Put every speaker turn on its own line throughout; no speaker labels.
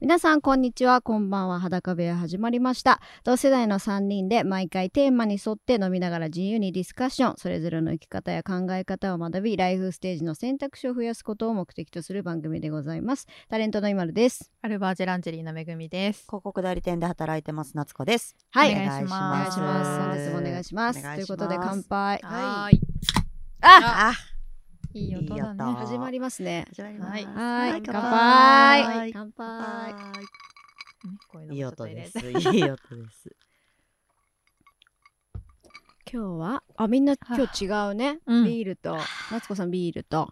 皆さん、こんにちは。こんばんは。裸部屋始まりました。同世代の3人で毎回テーマに沿って飲みながら自由にディスカッション、それぞれの生き方や考え方を学び、ライフステージの選択肢を増やすことを目的とする番組でございます。タレントの今るです。
アルバージェランジェリーのめぐみです。
広告代理店で働いてます夏子です。
はい。
お
お
願
願
い
い
します
します。本日もお願いします。
お願
と
い
いう
し
こ
ます
とで、乾杯。
は
は
ーい。あ
あ、
いい音だね。
いい音
始まりますね。
始まり
ます
は。
はいい
乾杯。
乾
乾
杯
杯。
こういうのも
い
ち
い
ょっと
音
入れ
で
て
す。いい音です。
今日は、あ、みんな今日違うね。
うん
ビールと、夏子さんビールと、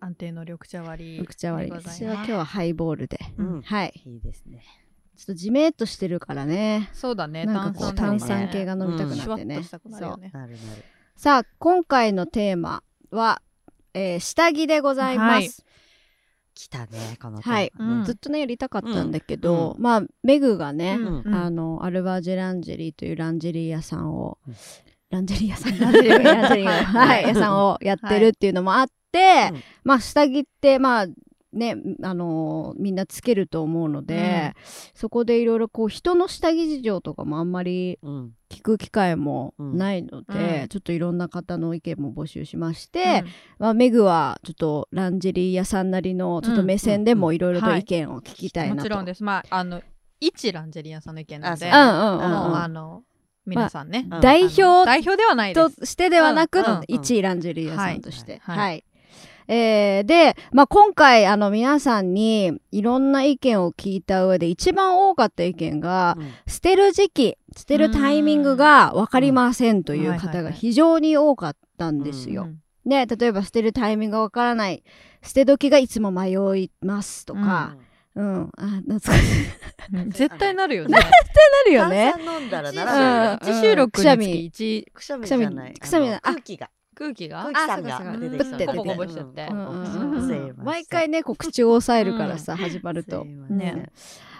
安定の緑茶割り。
緑茶割り
で
で
ございます
私は今日はハイボールで、
うん、
はい
いいですね。
ちょっとじめっとしてるからね
そうだね。
なんかこう炭
炭
酸
酸
系
系
が
が
飲
ね
みたく
シュ
なっ
ワ
て
ッ
ね
としたくなるよ
そう
ね。
なるなる。
さあ今回のテーマは、えー下着でございます、
来たね、この
はい
テーマね
うん
ずっとねやりたかったんだけど、まあメグがね、
うん
あのアルバージェランジェリーというランジェリー屋さんを、
うん
ランジェリー屋さん
ランジェリー
ランジェリー屋 はい屋さんをやってるっていうのもあって、
うん
まあ下着ってまあねあのーみんなつけると思うので、そこでいろいろこう人の下着事情とかもあんまり
うん、
聞く機会もないので、
うん
ちょっといろんな方の意見も募集しまし
うん
て、まあ、メグはちょっとランジェリー屋さんなりのちょっと目線で
うんうん
も
うん
いろいろと
はい
意見を聞きたい
も
な
ち
と。
ろんです。まああの一ランジェリー屋さんの意見なんで、
あ
も
そう
う
う
んうんうんうん
あの皆さんね。
うん
代
あの
表
代表ではないで
と
す。
してではなく、
うんうん
1位ランジェリー屋さんとして。は。
はいい
えーで、まあ、今回、あの、皆さんにいろんな意見を聞いた上で、一番多かった意見が、
うん
捨てる時期、捨てるタイミングが分かりませんという
うんはい
方
はい
が
はい
非常に多かったんです
う
よ。
ん
ね、例えば捨てるタイミングが分からない、捨て時がいつも迷いますとか、うん、あ、懐かしい。
うん絶対なるよね。
なるよ
炭
ね。
酸飲んだらなら
うん
ない。
一収録につき一
くしゃみじゃない。
くしゃみくしゃみじゃ
あの
ないあ
空気が。
空気が
空気感
あそうか
が
そうか
出てき
プッて出て
た。
ポコポコ
しちゃって
う
うんん
ポ
う
コ
んう
ポコ
ん
すいません
毎回ね、こう口を押さえるからさ、始まると
すい。ません
ね。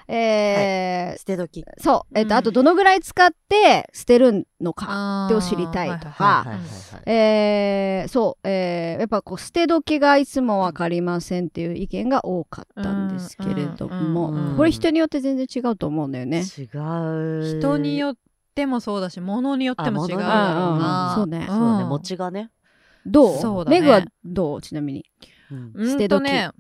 えー
捨て時。
そう。えっと、
うん
あと、どのぐらい使って捨てるのか。
あ
手
ー
を知りたいとか
は
はいはいはいはい。
えー、そう。えー、やっぱこう、捨て時がいつもわかりませんっていう意見が多かったんですけれど
うん
うんう
も、
ん
これ人によって全然違うと思うんだよね。
違
いは
う。
い人に
っ
よってもそうだし、物によっても違うだろう
あ物
な。
によってもうんうんうんそうね
てそうね、持ちがね。
どう
そうだね
メグはどうちなみに。
うん
うん
捨て時
とね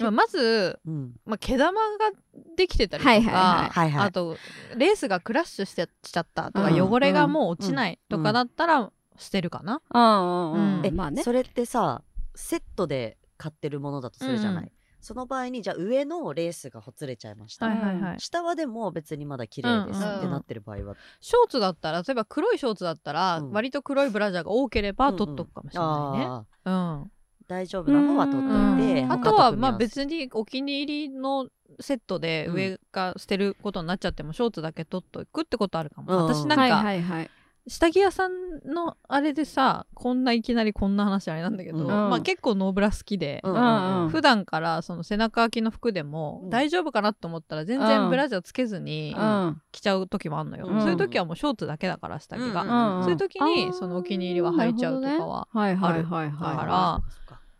まあまず、
うん。
まあ、毛玉ができてたりとか、
はいはいはい
はいはい
あとレースがクラッシュしてしちゃったとか、
うん
汚れがもう落ちないとかだったら捨てるかな、
うん
うんうん
え、
まあね。
それってさセットで買ってるものだとするじゃない、
うんう
その場合にじゃあ上のレースがほつれちゃいました、
はいはいはい
下はでも別にまだ綺麗です
うんうん
ってなってる場合は、
ショーツだったら例えば黒いショーツだったら、
うん
割と黒いブラジャーが多ければ取っとくかもしれないね。
あ
うん
ー大丈夫な方は取っ
うん
といて、
うん
あ
他
とは
組
まあ
み合わせ
別にお気に入りのセットで
うん
上が捨てることになっちゃってもショーツだけ取っとくってことあるかも、
うん
私なんか、
はいはいはい。
下着屋さんのあれでさこんないきなりこんな話あれなんだけど、
うん
まあ、結構ノーブラ好きで、
うん
うんうん
普段からその背中空きの服でも
うん
大丈夫かなと思ったら全
うん
然ブラジャーつけずに
うん。
着ちゃう時もあんのよ、
うん
そういう時はもうショーツだけだから下着が、
うん
そういう時に
あー
そのお気に入りは履いちゃうとかは、
はいはいはい
だ
だか
は
ら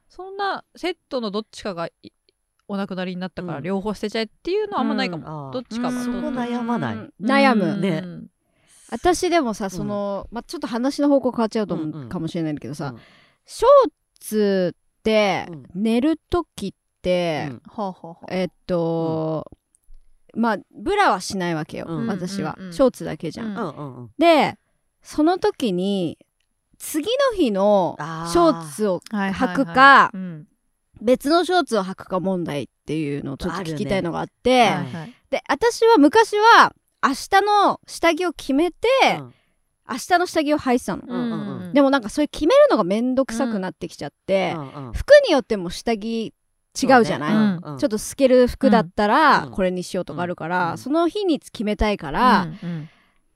そんなセットのどっかがいお亡くなりになったから
うん
両方捨てちゃえっていうのはあんまないかも、
あー
どっちかは
そこ
悩まない
い。悩む。
うん
ね
私でもさその、まあ、ちょっと話の方向変わっちゃうと思う、
うんうん
かもしれないんだけどさ、
うん
ショーツって
うん
寝る時って、
うん
ほうほうほう
えっと、まあブラはしないわけよ、
うん
私は、
うんうんうん
ショーツだけじゃん。
うん
うんうんうん
でその時に次の日の
あー
ショーツを
はいはいはい
履くか
うん
別のショーツを履くか問題っていうのをちょっと聞きたいのがあって
あるね
はいはい
で私は昔は明日の下着を決めて、
うん
明日の下着を履いてたの。
うんうんうん
でもなんかそれ決めるのがめんどくさくなってきちゃって、
うんうん
服によっても下着違うじゃない、
そうね
うんうん
ちょっと透ける服だったら
うん
これにしようとかあるから、
うん
その日に決めたいから、
うんうん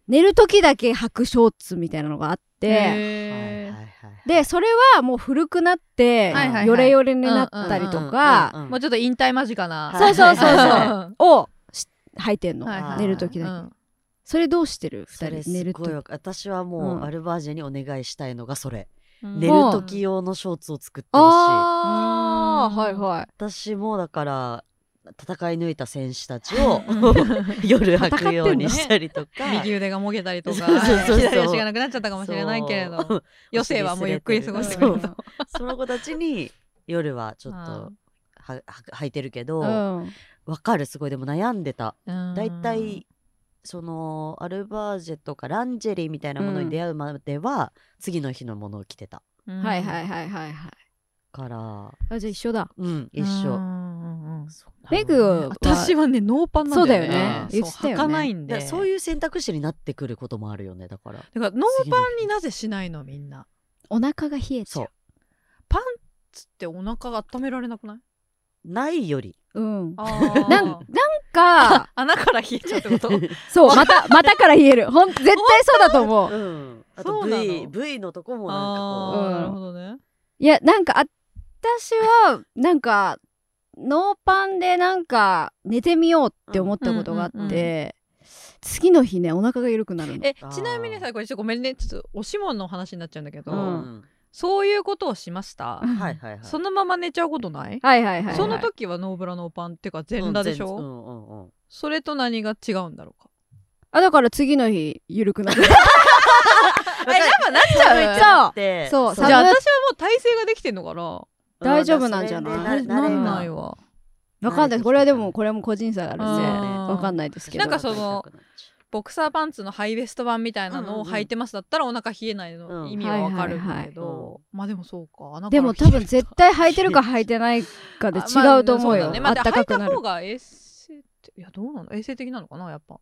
寝る時だけ履くショーツみたいなのがあって、
へー
はいはいはい
でそれはもう古くなって、
はいはいはい
ヨレヨレになったりとか
うんうんうん
もうちょっと引退間近な。
そうそうそう
そをし履いてんの、
はいはい
寝る時だけ、
うん
それどうしてる
そ
二
れ
人寝
す
る
ごい
時
わか私はも
うん
うアルバージェにお願いしたいのがそれ、
うん
寝る時用のショーツを作ってほしい
ああはいはい
私もだから戦い抜いた選手たちを 夜履くようにしたりとか、
右腕がもげたりとか
そうそうそうそう
左足がなくなっちゃったかもしれないけれど
そう
余生はもうゆっくり過ごして
そ
く
う
れ
そ
と
う。
その子たちに夜はちょっとはは履いてるけど、わ
うん
かるすごいでも悩んでた。だいた
うん
いそのアルバージェとかランジェリーみたいなものに出会うまでは、次の日のものを着てた
うん
はいはいはいはいはい。
から、
あじゃあ一緒だ。
うん、一
うんう
緒。
んうん
ペグは
私はねノーパンなんだよね
そうだよね
そう
言ってたよね
履かないん
だ
で
からそういう選択肢になってくることもあるよねだから。
だからノーパンになぜしないのみんな
お腹が冷えち
そ
ゃ
う
う。
パンツってお腹が温められなく ない
ないより。
うん。
あ
なんなん か
穴から冷えちゃうって こと
そうまたまたから冷える。ほん絶対 そうだと思う。
ん、あと
そうなの
V, v のとこもなんかこ
う
あ
ん
ーなるほどね
いやなんかあ私はなんかノーパンでなんか寝てみようって思ったことがあって、
うんうんうんう
次の日ねお腹が緩くなるの。
えちなみにさこれちょっとごめんねちょっとおしもんの話になっちゃうんだけど、
う、
ん
そういうことをしました
う、ん
はいはいはい。
そのまま寝ちゃうことない、
はいはいはいはい。
その時はノーブラノーパンっていうか全裸でしょ、
うんうんうんうん。
それと何が違うんだろうか
あだから次の日緩くな る。
わかる
ぱなっち
ゃうよね
だって
そう
じゃあ
寒い
私はもう体勢ができてんのから
うん
大丈夫なんじゃない
それで
あれ
慣れ
なん
ば
ないわ
わかんない。これはでもこれも個人差があるんで
うん
わかんないですけど。
なんかそのボクサーパンツのハイウエスト版みたいなのを履いてますだったらお腹冷えないの意味はわかるんだけど、
うんはいはいはい
まあでもそうか穴から冷え
でも多分絶対履いてるか履いてないかで違うと思うよ。
あ,、
あ
まあ
っ
そうだねまあ、
たかくな
履いた
る
方。が衛生的いやどうなの衛生的なのかなやっぱ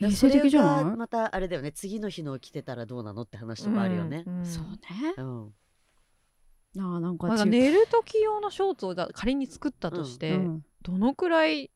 衛生的じゃ
それ
な
が
い
またあれだよね次の日の着てたらどうなのって話とかあるよね
う。んうん
そうね。
うん。
ああなんか
まあ
違う
寝る時用のショーツをだ仮に作ったとし
う
て、
ん
どのくらい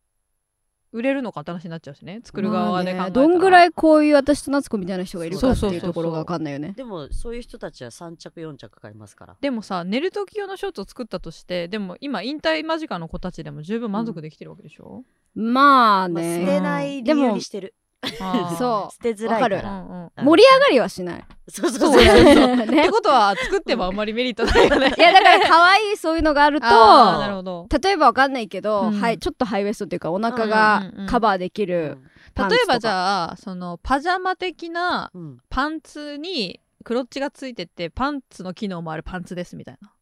売れるのかって話になっちゃうしね作る
ま
側
あ
で考えたら、
ねどんぐら
い
いこういう私と夏子みたいな人がいるかって
そ
い
うそううそう
ところがわかんないよね。
でもそういう人たちは三着四着買いますから。
でもさ寝る時用のショーツを作ったとしてでも今引退間近の子たちでも十分満足できてるわけでしょ、
まあ
まあ捨
ね。
てない理
で
由
も
にしてる。
あー
そ
捨てづらいか
う
う
ら。
んうんっ
う。盛り上がりはしない。
り。そう
そ
そう
そ
うそうう
そ
そうう。
ね
てことは作ってもあんまりメリットないよね
いやだから可愛いそういうのがあると
あーなるほど
例えばわかんないけど、
うん
はいちょっとハイウエストっていうかお腹が
うんうんうん
カバーでき
う
る
ん
パンツ
例え
とか、
ばじゃあそのパジャマ的な
うん。
パンツにクロッチがついててパンツの機能もあるパンツですみたいな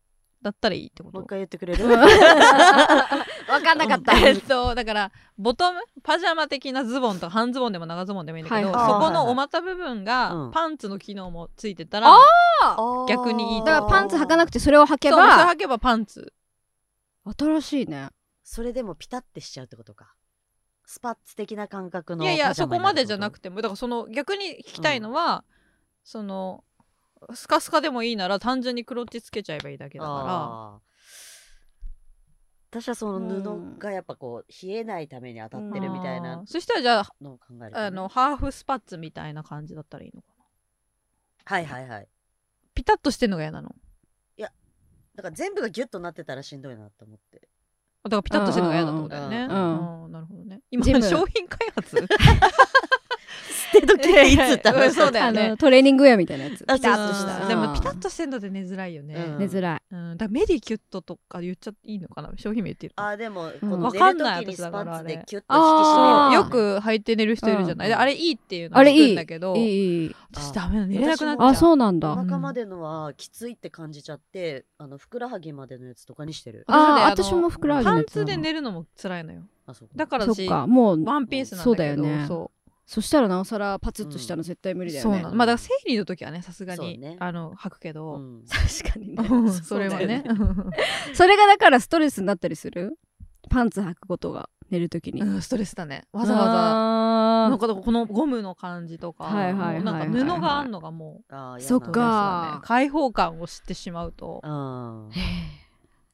だったらいいってこ
もう
と
一回言ってく れる。
わかんなかった、
えっとだからボトムパジャマ的なズボンとか半ズボンでも長ズボンでもいいんだけど、
はい
はい
そこのお股部分
う
が
ん
パンツの機能もついてたら、
あ
逆にいいと
だからパンツ履かなく
て。
てそれを履け
そうそれ
ば
履けばパンツ
新しいね
それでもピタってしちゃうってことか。スパッツ的な感覚の
い
パジ
やいや
ャマになるって
そ
こと。
こまでじゃなくてもだからその逆に聞きたいのは、そのスカスカでもいいなら単純にクロッチつけちゃえばいいだけだか
あー私はそ
うん
の布がやっぱこう冷えないために当たっ
ら
てるみたい
あ
な
ーそしたらじゃあ
のを考えるとね
あのハーフスパッツみたいな感じだったらいいのかな
はいはいはい
ピタッとしてんのが嫌なの
だから全部がギュッとなってたらしんどいなと 思って
あだからピタッとしてんのが嫌だってことだよね。
うん
うんう
あーなるほどね。今
ジム
商品開 発
捨て時 っていつって
えー
話
そうだ
あ
よね
のトレーニングウェアみたいなやつ
あ
ピタッとし
う
た
んでもピタッとしてんので寝づらいよね。
う
寝づらい
うん、だからメディキュットとか言っちゃいいのかな商品名言ってる
あーでもこ
うん
の
わ
寝
かん
る
ない
時にスパッツでキュッと
あー
引き締める
よく履いて寝る人いるじゃない、
うん
であれいいっていうの
あれいい
聞くんだけど
いいいい
私ダメなの寝れなくなっちゃう
あそうなん
お
だ
ん
腹までのはきついって感じちゃってあのふくらはぎまでのやつとかにしてる
私ね
あ
あの
ー私もふくらはぎの
パ
やつ
ン
な
ツ
の
で寝るのも辛いのよ
あそう
だから
そ
私
っかもう
ワンピースなんだけど
そうだよね
そ
そしたらなおさらパツッとしたの絶対無
う
理だ
そ
よ
う
ね、
なのまあだから生理の時はねさすが
そう
に、
ね
あの履くけど、
うん
確かにね
うんそれはね
それがだからストレスになったりするパンツ履くことが寝るときに、
うんストレスだねわざわざ
ざ
なんかこのゴムの感じとか、
はいはいはいはい
なんか布があんのがも
あー
そっか
う、そうですよね開放感を知ってしまうと
嫌、なんだね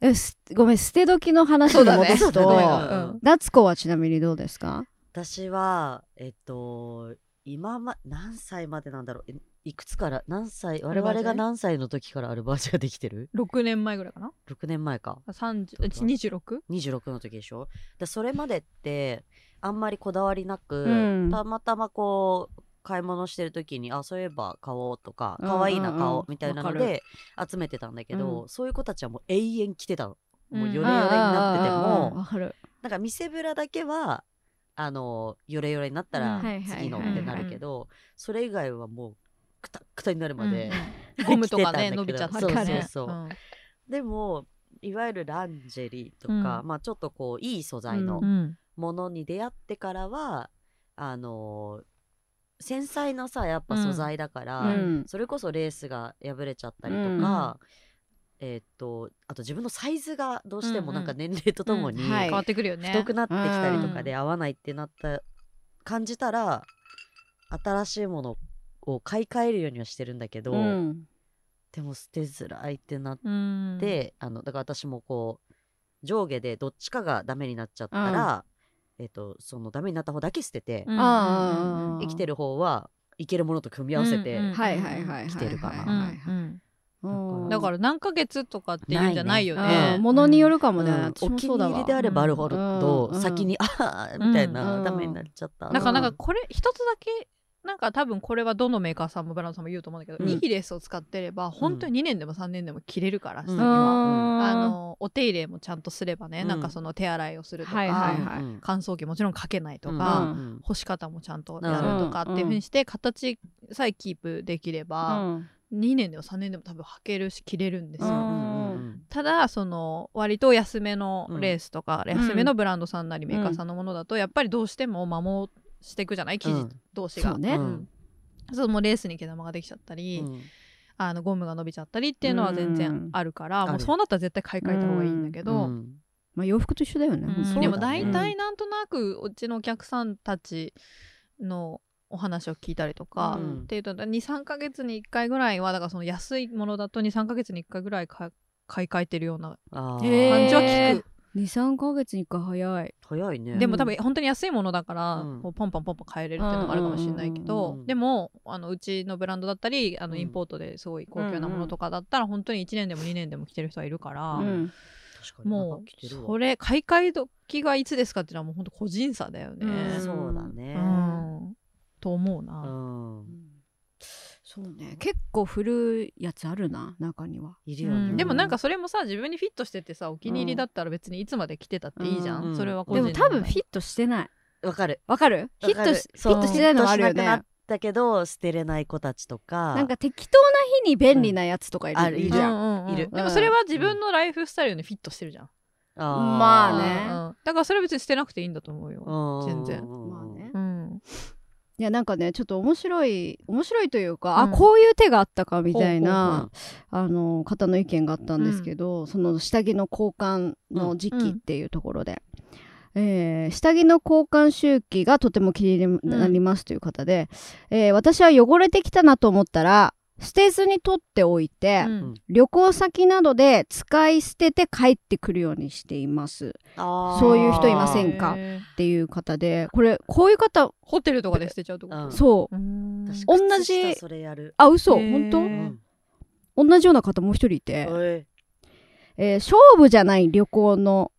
えすごめん捨て時の話に戻す
そうだねそうだ
と
ね
うん
夏子はちなみにどうですか
私はえっと今ま何歳までなんだろうえいくつから何歳
ア
我
ルバージェ
々が何歳の時からアルバージができてる
6年前ぐらいかな
?6 年前か
30うち 26?
26の時でしょでそれまでってあんまりこだわりなく、
うん
たまたまこう買い物してる時にあそういえば買おうとか
うん
可愛いな
うん
買おうみたいなの
わか
で集めてたんだけど、そういう子たちはもう永遠着てたの
うん
もうヨレヨレに
あ
なってて
あーあーあー
も
わかる
なんか見せぶらだけはあのヨレヨレになった
う
ら
んはい
はい
次のってなるけど、それ以外はもうくたくたになるまで、
うんゴムとか
着てたんだけ
ね
ど
伸びちゃって
そう
ね
そうそうんでもいわゆるランジェリーとか、
うん
まあちょっとこういい素材の
うん
ものに出会ってからは、あの繊細なさやっぱ素材だから、
うん
それこそレースが破れちゃったりとか、えーっとあと自分のサイズがどうしてもなんか
うん
年齢とともに
うんはい
変わってくるよね
太くなってきたりと
う
か
ん
で合わないってなった感じたら新しいものを買い替えるようにはしてるんだけど、
うん
でも捨てづらいってなっ
うん
で、あのだから私もこう上下でどっちかがダメになっちゃったら、えっとそのダメになった方だけ捨てて、
うん
あーあーあー
生きてる方はいけるものと組み合わせて、
うんうん
はいはいはいはい
来てるか
は
な
い
うん
はいはい
うん
うん
だから何ヶ月とかっていうんじゃないよ
ないね
ね
うんものによるかもね、
うん
私
お
も
気
そう
に
だ
入
わ
りであればあるほど、
うん
先に「ああ」みたいな、
うん
ダメになっちゃった
なんか
う
なんかこれ一つだけなんか多分これはどのメーカーさんもブランドさんも言うと思うんだけど、
うん
いいレースを使ってれば本当に2年でも3年でも着れるから、
ん
下
う
着
う
ー
ん
は
ん
あのお手入れもちゃんとすればね、
うん
なんかその手洗いをするとか、
はいはいはい
うん
乾燥機もちろんかけないと
う
か、
ん
干し方もちゃんとやるとか
う
っ
ん
ていうふうにして、形さえキープできれば、
うん
2年でも3年でも多分履けるし着れるんですよ。
うん
ただその割と安めのレースとか、
ん
安めのブランドさんなりメーカーさんのものだとやっぱりどうしても守していくじゃない生地
うん
同士が。
そうね、
うん
そうもうレースに毛玉ができちゃったり、
うん
あのゴムが伸びちゃったりっていうのは全
うん
然あるから、
ある
もうそうなったら絶対買い替えた方がいいんだけど、
うん
まあ、洋服と一緒だよね、
うん
本当に
で
そう
も
だね
大体なんとなくうちのお客さんたちのお話を聞いたりとか、
うん
っていうと23ヶ月に1回ぐらいはだからその安いものだと23ヶ月に1回ぐらいか買い替えてるような
あ
へー
感
ー
じは聞く、
23ヶ月に1回早い
早いね
でも多分本当に安いものだから、
うん
こうポンポンポンポン変えれるっていうのがあるかもしれないけ
うんうん
ど、
うんうん
でもあのうちのブランドだったりあの
うん
インポートですごい高級なものとかだったら、本当に1年でも2年でも着てる人はいるから、
う
う
ん
確かになん
も
か着
う
てるわ
それ買い替え時がいつですかっていうのはもう本当個人差だよね。
うん
そうだ
う
ね
んと思う
う
な。
ん、
そうね結構古いやつあるな中にはい
る
う
よね、
んでもなんかそれもさ自分にフィットしててさお気に入りだったら別にいつまで着てたっていいじゃん、
うん
それは個
で
人
も
の
多分フィットしてない
わかる
わかるフィットしフ
そう
ィットしてないのもあるよ
フィットしなくな
ね
ったけど捨てれない子たちとか
なんか適当な日に便利なやつとかいる,、
うんあるいるじゃ
う
ん
んうんうん
いる
でもそれは自分のライフスタイルにフィットしてるじゃん、
まあね
うんうんだからそれは別に捨てなくていいんだと思うよ、全然
まあね
うん、
いやなんかねちょっと面白い面白いというか、
うん
あこういう手があったかみたい
ほうほ
なあの方の意見があったんですけど、その下着の交換の時期っていうところで、えー下着の交換周期がとても気になりますという方で、えー私は汚れてきたなと思ったら捨てずに取っておいて、
うん
旅行先などで使い捨てて帰ってくるようにしていますそういう人いませんか
へー
っていう方でこれこういう方
ホテルとかで捨てちゃうってこ
う
と
ん
そう
うん
確かに
同じ
靴下それやる
あ嘘
へー
本当
う
同じような方もう一人いて、
おい
えー勝負じゃない旅行の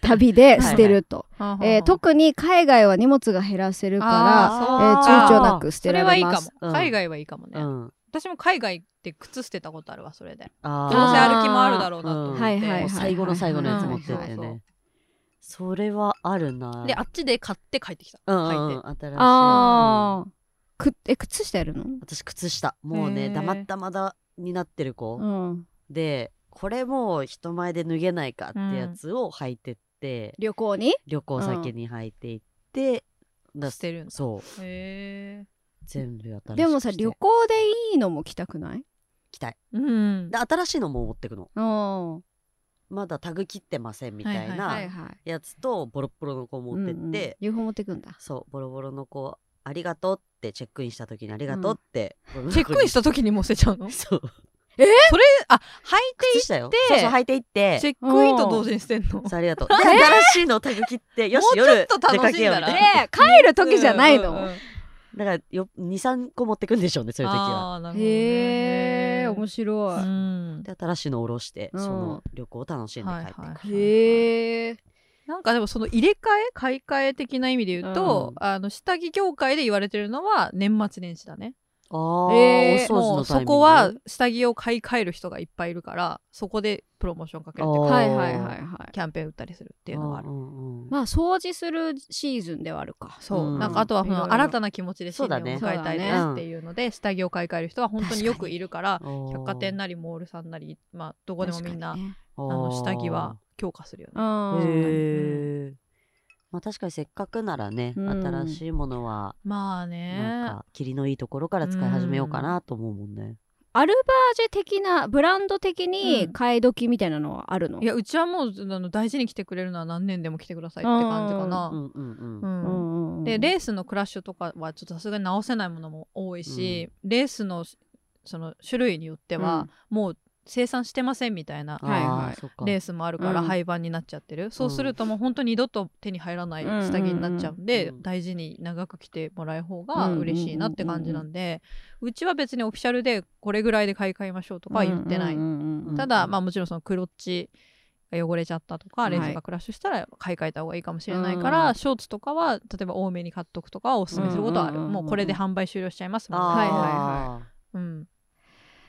旅で捨てると。
はあはあ
えー特に海外は荷物が減らせるから、
あ
え
ー
ー
そう
躊
か
躇なく捨て
そ
ら
れはい
れ
い
ま
か
す。
う
も
ん
海外はいいかもね、
うん
私も海外で靴捨てたことあるわそれで
あ
どう
ー
せ歩き回るだろうなと思って、
うんはい
はい
もう最後の最後のやつ持ってって
うん
ねそれはあるな
であっちで買って帰ってきた、
うんう
履いて
んうん新しい
ああ、くえ靴下やるの？
私靴下もう
へ
ね
ー
だまったまだになってる子
うん。
でこれもう人前で脱げないかってやつを履いてって
旅行に？
旅行先に履いていってだ
捨てるんだ
そう
へえ
全部新しくして
でもさ旅行でいいのも着たくない？
着たい
うん
で新しいのも持ってくの
うん。は
まだタグ切ってませんみたい
あ
い
な
はい。
やつとボロッボロの子を持ってって、
うんうん両方持ってくんだ。
そうボロボロの子ありがとうってチェックインした時にありがとうって、
チェックインしたた時にもう捨てちゃうの
そう
それあ履いてい
靴下よそうそう履いていって
チェックインと同時に捨てんの
そうありがと うで新しいのタグ切ってよし
もうちょっ
夜
と楽しんだら
出かけようみたいな
ね
え帰る時じゃない
うんうん
の？
うん
だからよ23個持ってくんでしょうねそういう時は
あーなるほどね
へえ面白い。
うん
で新しいのを下ろして、
うん
その旅行を楽しんで帰ってくる、
はいはい
へえ。
なんかでもその入れ替え買い替え的な意味で言うと、あの下着業界で言われてるのは年末年始だね
ああ、
えー
お掃除
も
の
う
タイミン
そ
グ
こは下着を買い替える人がいっぱいいるからそこでプロモーションかけるっていう
あー
か
はいはいはいはい
キャンペーン打ったりするっていうのがある
うんうんうん
まあ掃除するシーズンではあるか
そう、
うん
なんかあとはそ
いろいろ
の新たな気持ちで新年を迎えたい
そう
で
だ
す
ね
っていうので下着を買い替える人は本当によくいるから
おー
百貨店なりモールさんなりまあどこでもみんな、
確かにね
あ
あ
ー
の下着は強化するよね
うん
へえまあ確かにせっかくならね、
うん
新しいものは
まあね
なんか霧のいいところから使い始めようかなと思うもんね、
アルバージェ的なブランド的に
うん
買い時みたいなのはあるの、
いやうちはもうあの大事に来てくれるのは何年でも来てくださいって感じか
う
な。
んうんうん
う
うんんうん、
でレースのクラッシュとかはちょっとさすがに直せないものも多いし、レースのその種類によっては、もう生産してませんみたいな
あ
はい
ー
はい
そっか
レースもあるから
うん
廃盤になっちゃってる、そうするともう本当に二度と手に入らない
うん
下着になっちゃうんで、
うん
大事に長く着てもらう方が嬉しいなって感じなんで、うちは別にオフィシャルでこれぐらいで買い替えましょうとかは言ってない、
うんうんうん
た
う
だ、
ん
まあ、もちろんそのクロッチが汚れちゃったとか、
はい
レンズがクラッシュしたら買い替えた方がいいかもしれないから、
うん
ショーツとかは例えば多めに買っとくとかはおすすめすることはある、
うんうんうんうん
もうこれで販売終了しちゃいますもん、
はいはい
あ
うん、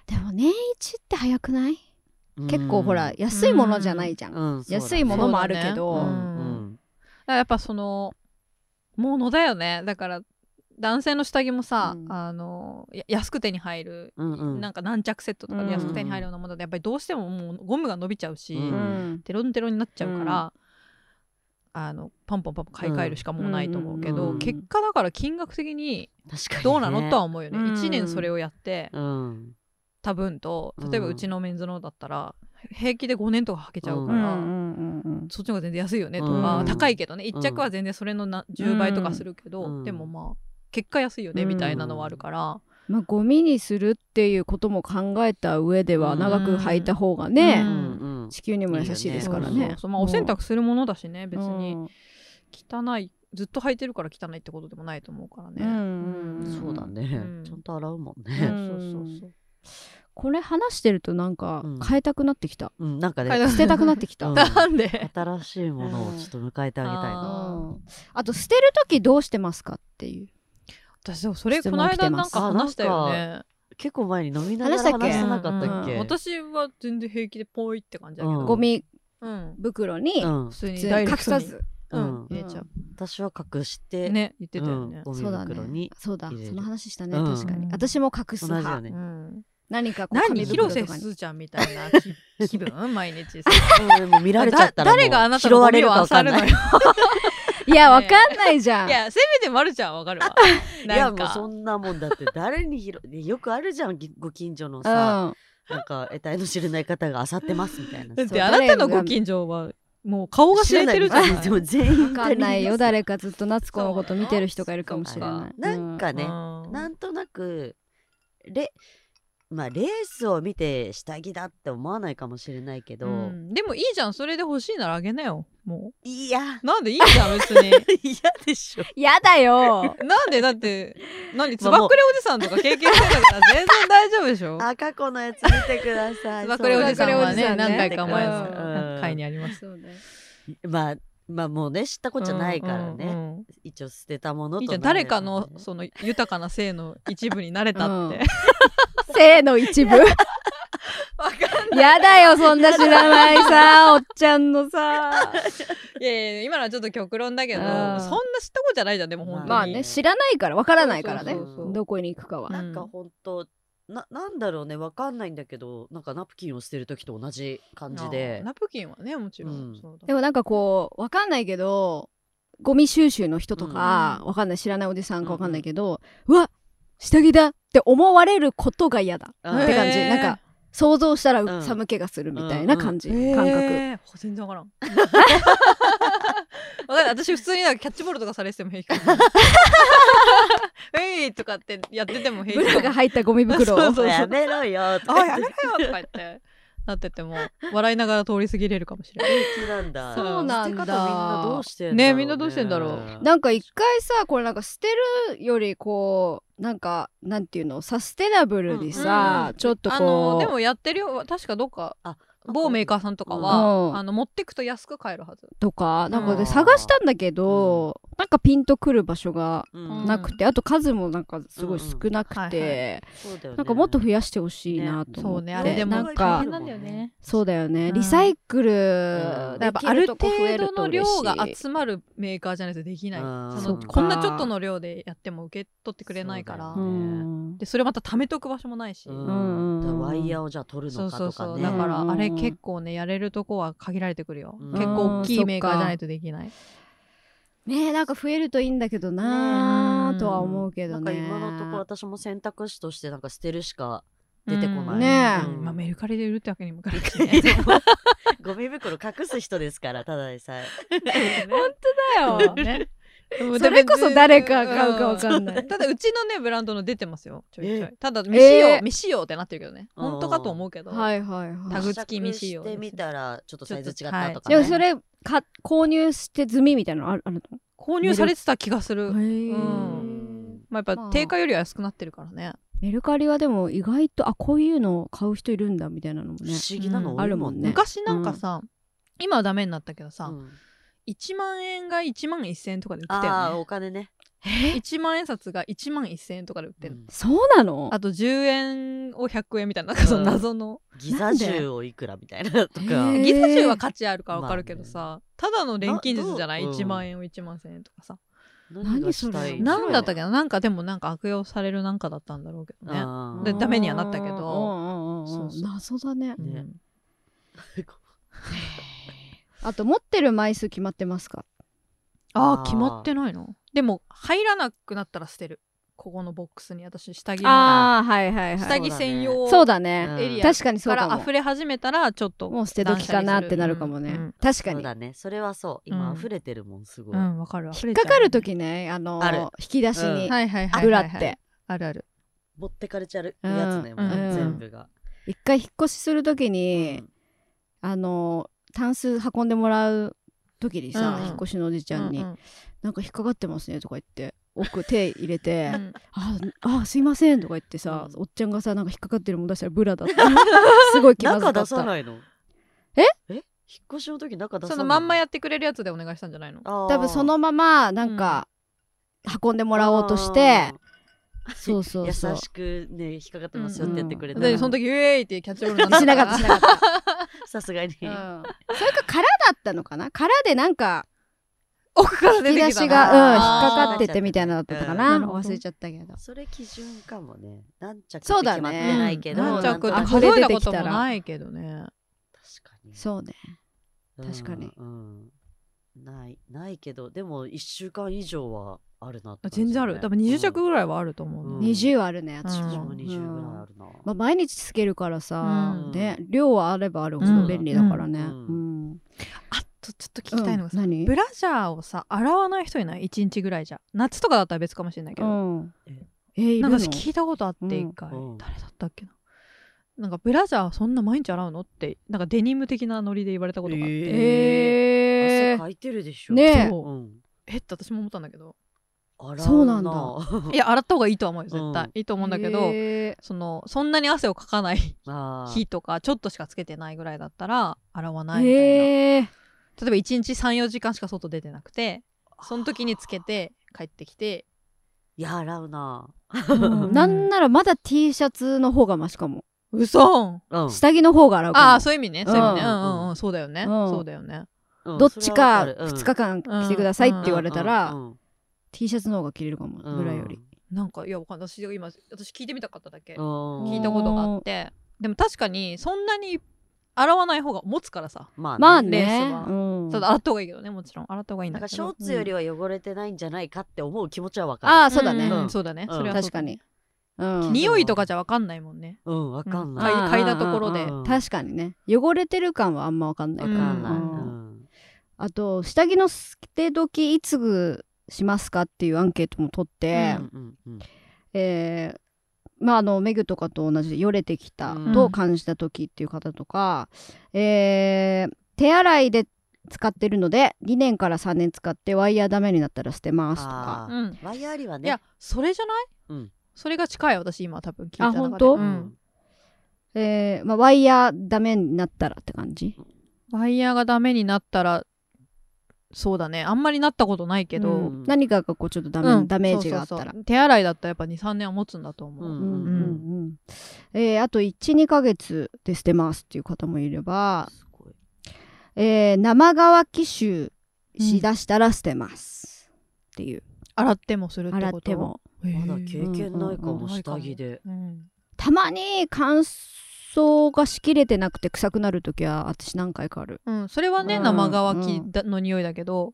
でも年一って早くない、
ーうん
結構ほら安いものじゃないじゃん、
うんそうだね
安いものもあるけど、
そうだね
うんうん
だからやっぱそのものだよねだから男性の下着もさ、
うん
あのや安く手に入る、
うんうん
なんか何着セットとかで安く手に入るようなものでやっぱりどうしてももうゴムが伸びちゃうし、
うん
テロンテロンになっちゃうから、あのパンパンパンパン買い替えるしかもうないと思うけど、
うん
結果だから金額的に
確かにね
どうなのとは思うよね、
うん
1年それをやって
うん
た分と例えば
うん
うちのメンズのだったら平気で5年とかはけちゃう
う
か
んう
ら、
んうんうん
そっちの方が全然安いよねとか、
うん
高いけどね1着は全然それのな10倍とかするけど、
うん
でもまあ結果安いよねみたいなのはあるから、
まあゴミにするっていうことも考えた上では
うん
長く履いた方がね、
うん
うん
地球にも優しいですから
そうそう
ね
そうまあ、お洗濯するものだしね別
う
に
ん
汚いずっと履いてるから汚いってことでもないと思うからね。
うん
うん
そうだね、
うん
ちゃんと洗うもん
う
ね、
ん
そうそうそう
これ話してるとなんか
うん
変えたくなってきた、
うんなんか
買い
ね
出
捨てたくなってきた、
う
うんん
なんで
新しいものをちょっと迎えてあげたいな、
あと捨てる時どうしてますかっていう
私でもそれ
質
こ
問
の
来て
間
ま
なん
す
か話したよね
結構前に飲みながら
話したっけ
話してなかったっけ、
うん私は全然平気でポイって感じだけど、
うん
ゴミ
うん
袋に
うん
普通
普
に
通
ダ
に
イレ
隠
クト
さ
に
ず
うん
うん
入れちゃう、
私は隠して、
ね言ってたよね、
うん、ゴミ
そうだ
袋
ね
に、
そうだ
入れる
その話したね、
うん
確かに私も隠す
同じよ
派、
ね、
うん
何かこう
何
紙袋
広瀬
とか
す
に
ずちゃんみたいな気 気分毎日さ
うんもう見られちゃった
だ
ら
誰があなた
も
の
う
ゴ
拾
ミを
われ
漁
るかわかん
る
な
の
い
よ
いやわかんないじゃん
いやせめてまるちゃんはわかるわ
い
な
や
ん
もう そ
か
んなもんだって誰に拾いやよくあるじゃんぎご近所のさ、
うん
なんか得体の知れない方が漁ってますみたいな
だっ
そう
てあなたのご近所はもう顔が知れてるじゃない
知らでも全員
わかんないよ
誰
誰かずっと夏子のこと見てる人がいるかもしれ
そうな
な
の
い
なんかね、
うん
なんとなくレまあレースを見て下着だって思わないかもしれないけど、
うんでもいいじゃんそれで欲しいならあげなよも
いや
うなんでいいじゃん別に
嫌で しょ
やだよ
なんでだって何つ
まあも
ば
う
くれおじさんとか経験してたから全然大丈夫でしょ
あ過去のやつ見てください
つばくれおじさんは
つばくれおじさ
ね
んね
何回か前の
うん
回にあります
そうね
まあまあもうね知ったことじゃないからね、
うんうん
一応捨てたものと
いいじゃん
なる
誰か
よ
の
ね
その豊かな性の一部になれたって、
うん性の一部
わかんない
やだよそんな知らないさおっちゃんのさ
いやいや今のはちょっと極論だけど
う
そ
ん
んな知ったことじゃないじゃんでも本当に
まあね知らないからわからないからね
そうそうそう
どこに行くかは、
なんかほんとななんだろうねわかんないんだけどなんかナプキンを捨てる時と同じ感じで
あナプキンはねもちろん、
うん
そうだ
でもなんかこうわかんないけどゴミ収集の人とか、
う
わかんない知らないおじさんかわかんないけど、うわ下着だって思われることが嫌だ
うん
って感じ
へー
なんか想像した
うん
ら寒気がするみたいな感じ、感覚
えー全然わからんわかんない私普通になんかキャッチボールとかされてても平気 かもえいとかってやってても平
ブ
気
ラ
か
が
も
入ったゴミ 袋を
そうそう
やめろよと
あ
か
や
言
め
っ
ろ
て
よとか言ってなってても笑いながら通り過ぎれるかもしれない
平気なんだ
そうなんだ
捨て方みんなどうしてんだろう
ねみんなどうしてんだろう
なんか一回さこれなんか捨てるよりこうなんかなんていうのサステナブルに
うん
さ、
うん
ちょっとこう
あのでもやってるよ確かどっか
あ
某メーカーさんとかは、
うん
あの持ってくと安く買えるはず
とかなんか
う
で
ん
探したんだけど、なんかピンとくる場所が
うん
なくて、あと数もなんかすごい少なく
うんうんはい
て、
そうだよね
なんかもっと増やしてほしいなと
そ
思っ
う
て、
ねあれでも
なん
大
か
変なんだよね
そうだよね、
うん
リサイクル
うん
や
で
っぱ
き
ある
ると
程
こ増える
度
と
の
嬉しい
量が集まるメーカーじゃないとできない
うん
その
そっか
こんなちょっとの量でやっても受け取ってくれないから
そだよね
うん
でそれまた貯めとく場所もないし、
うん
うん
だからワイヤーをじゃあ取る
そ
の
う
か
そう
とか
そう、
ね
だから
うん
あれ結構ねやれるとこは限られてくるよ、
うん
結構大きいメーカーじゃないとできない、
ねなんか増えるといいんだけどな
ね
ーとは思うけど
なん
ね
か今のところ私も選択肢としてなんか捨てるし か出てこな
う
い、
ん
ねえ
うん
まあ、メルカリで売るってわけにもいかないしね
ゴミ袋隠す人ですからただでさえ
本当だよ
ね
それこそ誰か買うかわかんない
うんただうちのねブランドの出てますよちょいちょい
え
ただ未使用、
えー
未使用ってなってるけどね
うん
本当かと思うけ ど、
はいはいは
タ
い
グ付き未使用
試着してみたらちょっとサイズ違ったとか、
で
ね
もそれか購入して済みみたいなのあるある
購入されてた気がす
の、
る、う
うん
まあ、や
ま
っぱ
あ
定価よりは安くなってるからね、
メルカリはでも意外とあこういうのを買う人いるんだみたいなのも
不
ね
思議なの
うんあるもんね
昔なんかさ、今はダメになったけどさ、
うん
1万円が1万1000円とかで売ってた
ああ
よ
お金ね、
ね1万円札が1万1000円とかで売ってる、
うん
そうなの
あと10円を100円みたいななんかその謎の、
ギザ銃をいくらみたいなとか、
なんでへえ
ギザ銃は価値あるからわかるけどさ、ただの錬金術じゃない、
まあうん
1万円を1万1000円とかさ
何がしたい
何それ
なんだったっけ
け
ななんかでもなんか悪用されるなんかだったんだろうけどね
うん
でダメにはなったけ
うん
ど
うんうんうん
そうそう
謎だね
うん
ね
あと持ってる枚数決まってますか
あ
あー
あ決まってないのでも入らなくなったら捨てるここのボックスに私下着の
ああはいはい
下
は
下
い
着専用
そうだね
エリア
確かにそう
か
からも
溢れ始めたらちょっと
もう捨て時かなってなるかもね確か
そう
に
だねそれはそう今
うん
溢れてるもんすごい、
うんうんわかる
引っかかる
時
時ねあの
ある
引き出しに
はいはいはい
ブラって
あるある
持ってかれちゃうやつね、
うん
もう
うん
全部が、
一回引っ越しする時
う
に
ん
あのタンス運んでもらう時にさ
うん
引っ越しのおじちゃんに
うう
なんか引っかかってますねとか言って奥手入れて
うん
ああすいませんとか言ってさ
うん
おっちゃんがさなんか引っかかって るもん出したらブラだったすごい気まずか
中
った
出さないの
え
え引っ越しの時中出さない
そのまんまやってくれるやつでお願いしたんじゃないの
あー
多分そのままなんか運んでもらおうとしてそう
あ
そ
ー
うそう
優しくね引っかかってますよってやってくれたら
でその時「イエーイ!」ってキャッチボールにな
しなかったしなかった
さすがに、
うんそれか殻だったのかな殻でなんか
奥から出
引
て
き出
きた
し
な
が、うん、引っ
あ
か
ー
かっててみたいなのだったかな、
うん
忘れちゃったけど
それ基準かもね何着って決
そ
ま
うだ
って
ね
ないけど、
うん
何
なん
着
と
って
なく
あこ
数
れ
え
出
た
てきた
こと
ら
もないけどね
確かに
そうね
うん
確かに
うんないないけどでも1週間以上はあるなって感じだね、
全然ある多分20着
うん
ぐらいはあると思う
うん
ね
20あるね私
私
も
も20ぐらいあるな、
まあ、毎日つけるからさ、
うん
ね量はあればあるほど便利だからねう
うんん、
あとちょっと聞きたいのが
うん
さ
何
ブラジャーをさ洗わない人いない1日ぐらいじゃ夏とかだったら別かもしれないけ
う
ど
ん
え
えーいる
なん
の
か私聞いたことあって一回
うん
誰だったっけななんかブラジャーそんな毎日洗うのってなんかデニム的なノリで言われたことがあっ
え
て
え
汗
ー
かいてるでしょ
ねえ
そう
うん、
えって私も思ったんだけど
洗
そうなんだ
いや洗った方がいいとは思うよ絶対
うん
いいと思うんだけど
え
そのそんなに汗をかかない
あー
日とかちょっとしかつけてないぐらいだったら洗わ
ー
ないみたいな、
えー
例えば1日34時間しか外出てなくてその時につけて帰ってきて、
いや洗うな、
なんならまだ T シャツの方がマシかも、
うそ
うん
下着の方が洗うかも
ああそういう意味ねそういう意味ね
う
うんんうんうんそうだよね、
うん
そうだよね
うん
どっちか
それはわる
2日間着てくださいって言われたら、
うんうん
T シャツの方が着れるかも、
うん
ぐらいより、
なんかいやわかんない私今私聞いてみたかっただけ、
うん
聞いたことがあってでも確かにそんなに洗わない方が持つからさ
まあね、
まあ
レー
ね
スは
うん
ただ洗った方がいいけどねもちろん洗った方がいいん
なん
だ
か
け
ショ
ど
ーツよりは汚れてないんじゃないかって思う気持ちはわかる。
ああそうだね、
ん
うん
そうだね、
うん
それはそう
確かに、うん、
匂いとかじゃわかんないもんね
うん、わかん
う
ない。
嗅い嗅いだところ
う
で
ん
確かにね汚れてる感はあんま分かんない
わ
か、
からんない。
う
うんん
あと下着の捨て時いつぐしますかっていうアンケートも取って、
うん
うん
えーまああのメグとかと同じでよれてきた
うん
と感じた時っていう方とか、えー手洗いで使ってるので2年から3年使ってワイヤーダメになったら捨てますとか
あ
うん
ーワイヤーありはね。
いやそれじゃない、
うん
それが近い私今多分聞いた中で
あ本当
うん、
えーまあ、ワイヤーダメになったらって感じ
ワイヤーがダメになったらそうだねあんまりなったことないけど、
うん
うん
何かがこうちょっとダメ、
うん
ダメージがあったら
そうそうそう手洗いだったらやっぱ23年は持つんだと思う、
う
うんうん
ん
うんえーあと12ヶ月で捨てますっていう方もいれば、
すごい。
えー生乾き臭しだしたら捨てます、っていう
洗ってもするってこと
洗っても
へー
まだ経験ないか
うんうんう
も、
ん
下着で。
うん
たまに乾燥がしきれてなくて臭くなる時は私何回かある
うん、それはね、
うん
生乾きだの匂いだけど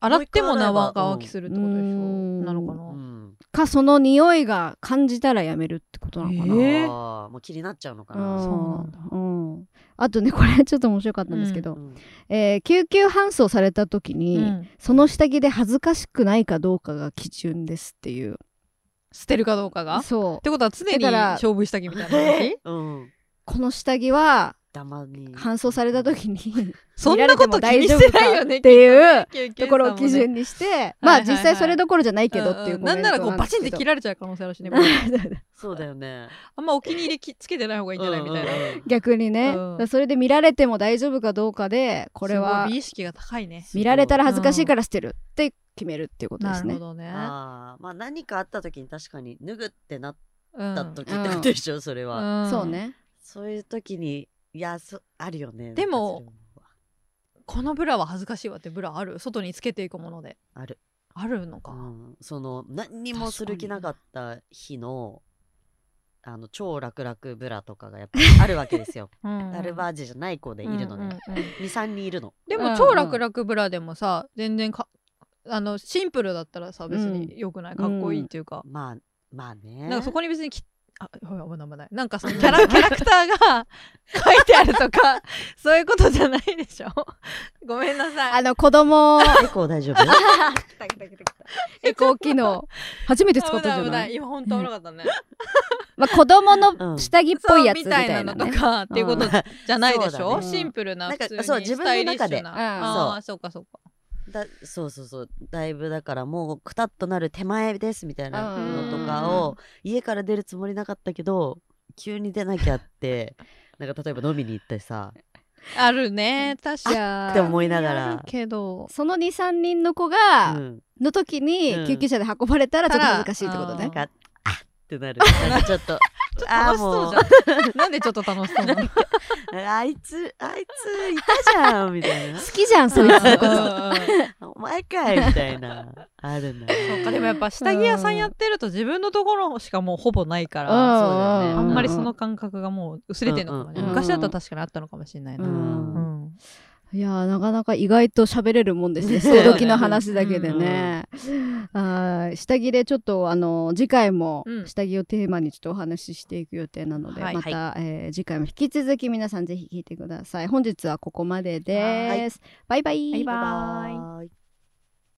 洗
もう
っ
一
て
回
も
洗えば
生乾きするってことでしょ、
うん
なのか
う
な、
ん。
かその匂いが感じたらやめるってことなのかな、
えー
あーもう気になっちゃうのか
うん
な。
そうなんだ
うんあとねこれちょっと面白かったんですけど、
うん
えー救急搬送された時に、
うん
その下着で恥ずかしくないかどうかが基準ですっていう
捨てるかどうかがっ
そう
てことは常に
だから
勝負下着みたいな話
うん。
この下着は
たまに。
搬送された時 に
そんなこと
見られ
気に
ても
してないよね
っていう
救急
と
車
こ
もね
ろを基準にして、
は
ま
い
あ
はい
実際それどころじゃないけどっていうコ
うんうんな
メ
ん
ント
な
な
ら
ん
こうバチンって切
る
られちゃう可能性あるしね
そうだよね。
あんまお気に入りきつけてない方がいいんじゃないみたいな
うんうんうん
逆にね、
うん
だからそれで見られても大丈夫かどうかでこれ
すご
はい
美意識が高いね
見られたら恥ずかしいから捨てるって決めるっていうことで
な
す
る
ね
ほ。どね
あーまあ何かあった時に確かに脱ぐってなっ
うん
た時ってことでしょそれは、
うん
そうね。
そういう時にいやそあるよね
でも
なんかそれ
このブラは恥ずかしいわってブラある外につけていくもので
ある
あるのか、
うん、その何にもする気なかった日のあの超楽々ブラとかがやっぱりあるわけですよ
うん
アルバージじゃない子でいるのね、
うんうんうん
23人いるの
で
うん
も超楽々ブラでもさ全然かあのシンプルだったらさ別
う
によくない、かっこいいっていうか、
まあまあね
なんかそこに別にきあほら危ない危ないなんかそのキ ャラキャラクターが 書いてあるとかそういうことじゃないでしょ ごめんなさ
あ
い
の子供
エコー大丈夫
エコー機能初めて使ったんじ
危
ゃ
な
ないい
危ない今本当危なかったね
まあ子供
う
の
ん
下着っ
そ
ぽ
う
いやつ
み
み
た
た
い
いな
なの
ね
とかっていうこと
うん
じゃないでし
そうだ
ょ、
ね
シンプルな
な
普
んか
通に
そう自
ス
分
タイ
の
リッ
中
シュ
で
な
うん
ああそうかそうか
だそうそうそうだいぶだからもうくたっとなる手前ですみたいなのとか
うん
を家から出るつもりなかったけど急に出なきゃって なんか例えば飲みに行ってさ
あるね確か
い
に
や
って
ー
思いなが
ある
ら、
けど
その23人の子が、
うん、
の時に
うん
救急車で運ばれたらちょっと恥ずかしいってこと
た
ね
なん
ら。
かあってなるなんかちょっとあ
楽
ー
しそ
も
う
う
じゃん。 なんでちょっと楽しそうなの。
あいつ、あいつ、いたじゃんみたい な
好。きじゃんそいつのこと
そ
お前かいみたいな。あるんだ
う
ね。
かでもやっぱ下着屋さんやってると自分のところしかもうほぼないから、
そうだよね
あんまりその感覚がもう薄れてるのかもね。
うん
うん
昔だったら確かにあったのかもしれないな。
うん
うん
いやーなかなか意外と喋れるもんです ね。
そう
今
だね
時の話だけでね。あー下着でちょっとあの次回も
うん
下着をテーマにちょっとお話ししていく予定なので、
はい
また、えー次回も引き続き皆さんぜひ聞いてください。本日はここまでです。バイバイ。
バイバイ
バイバイ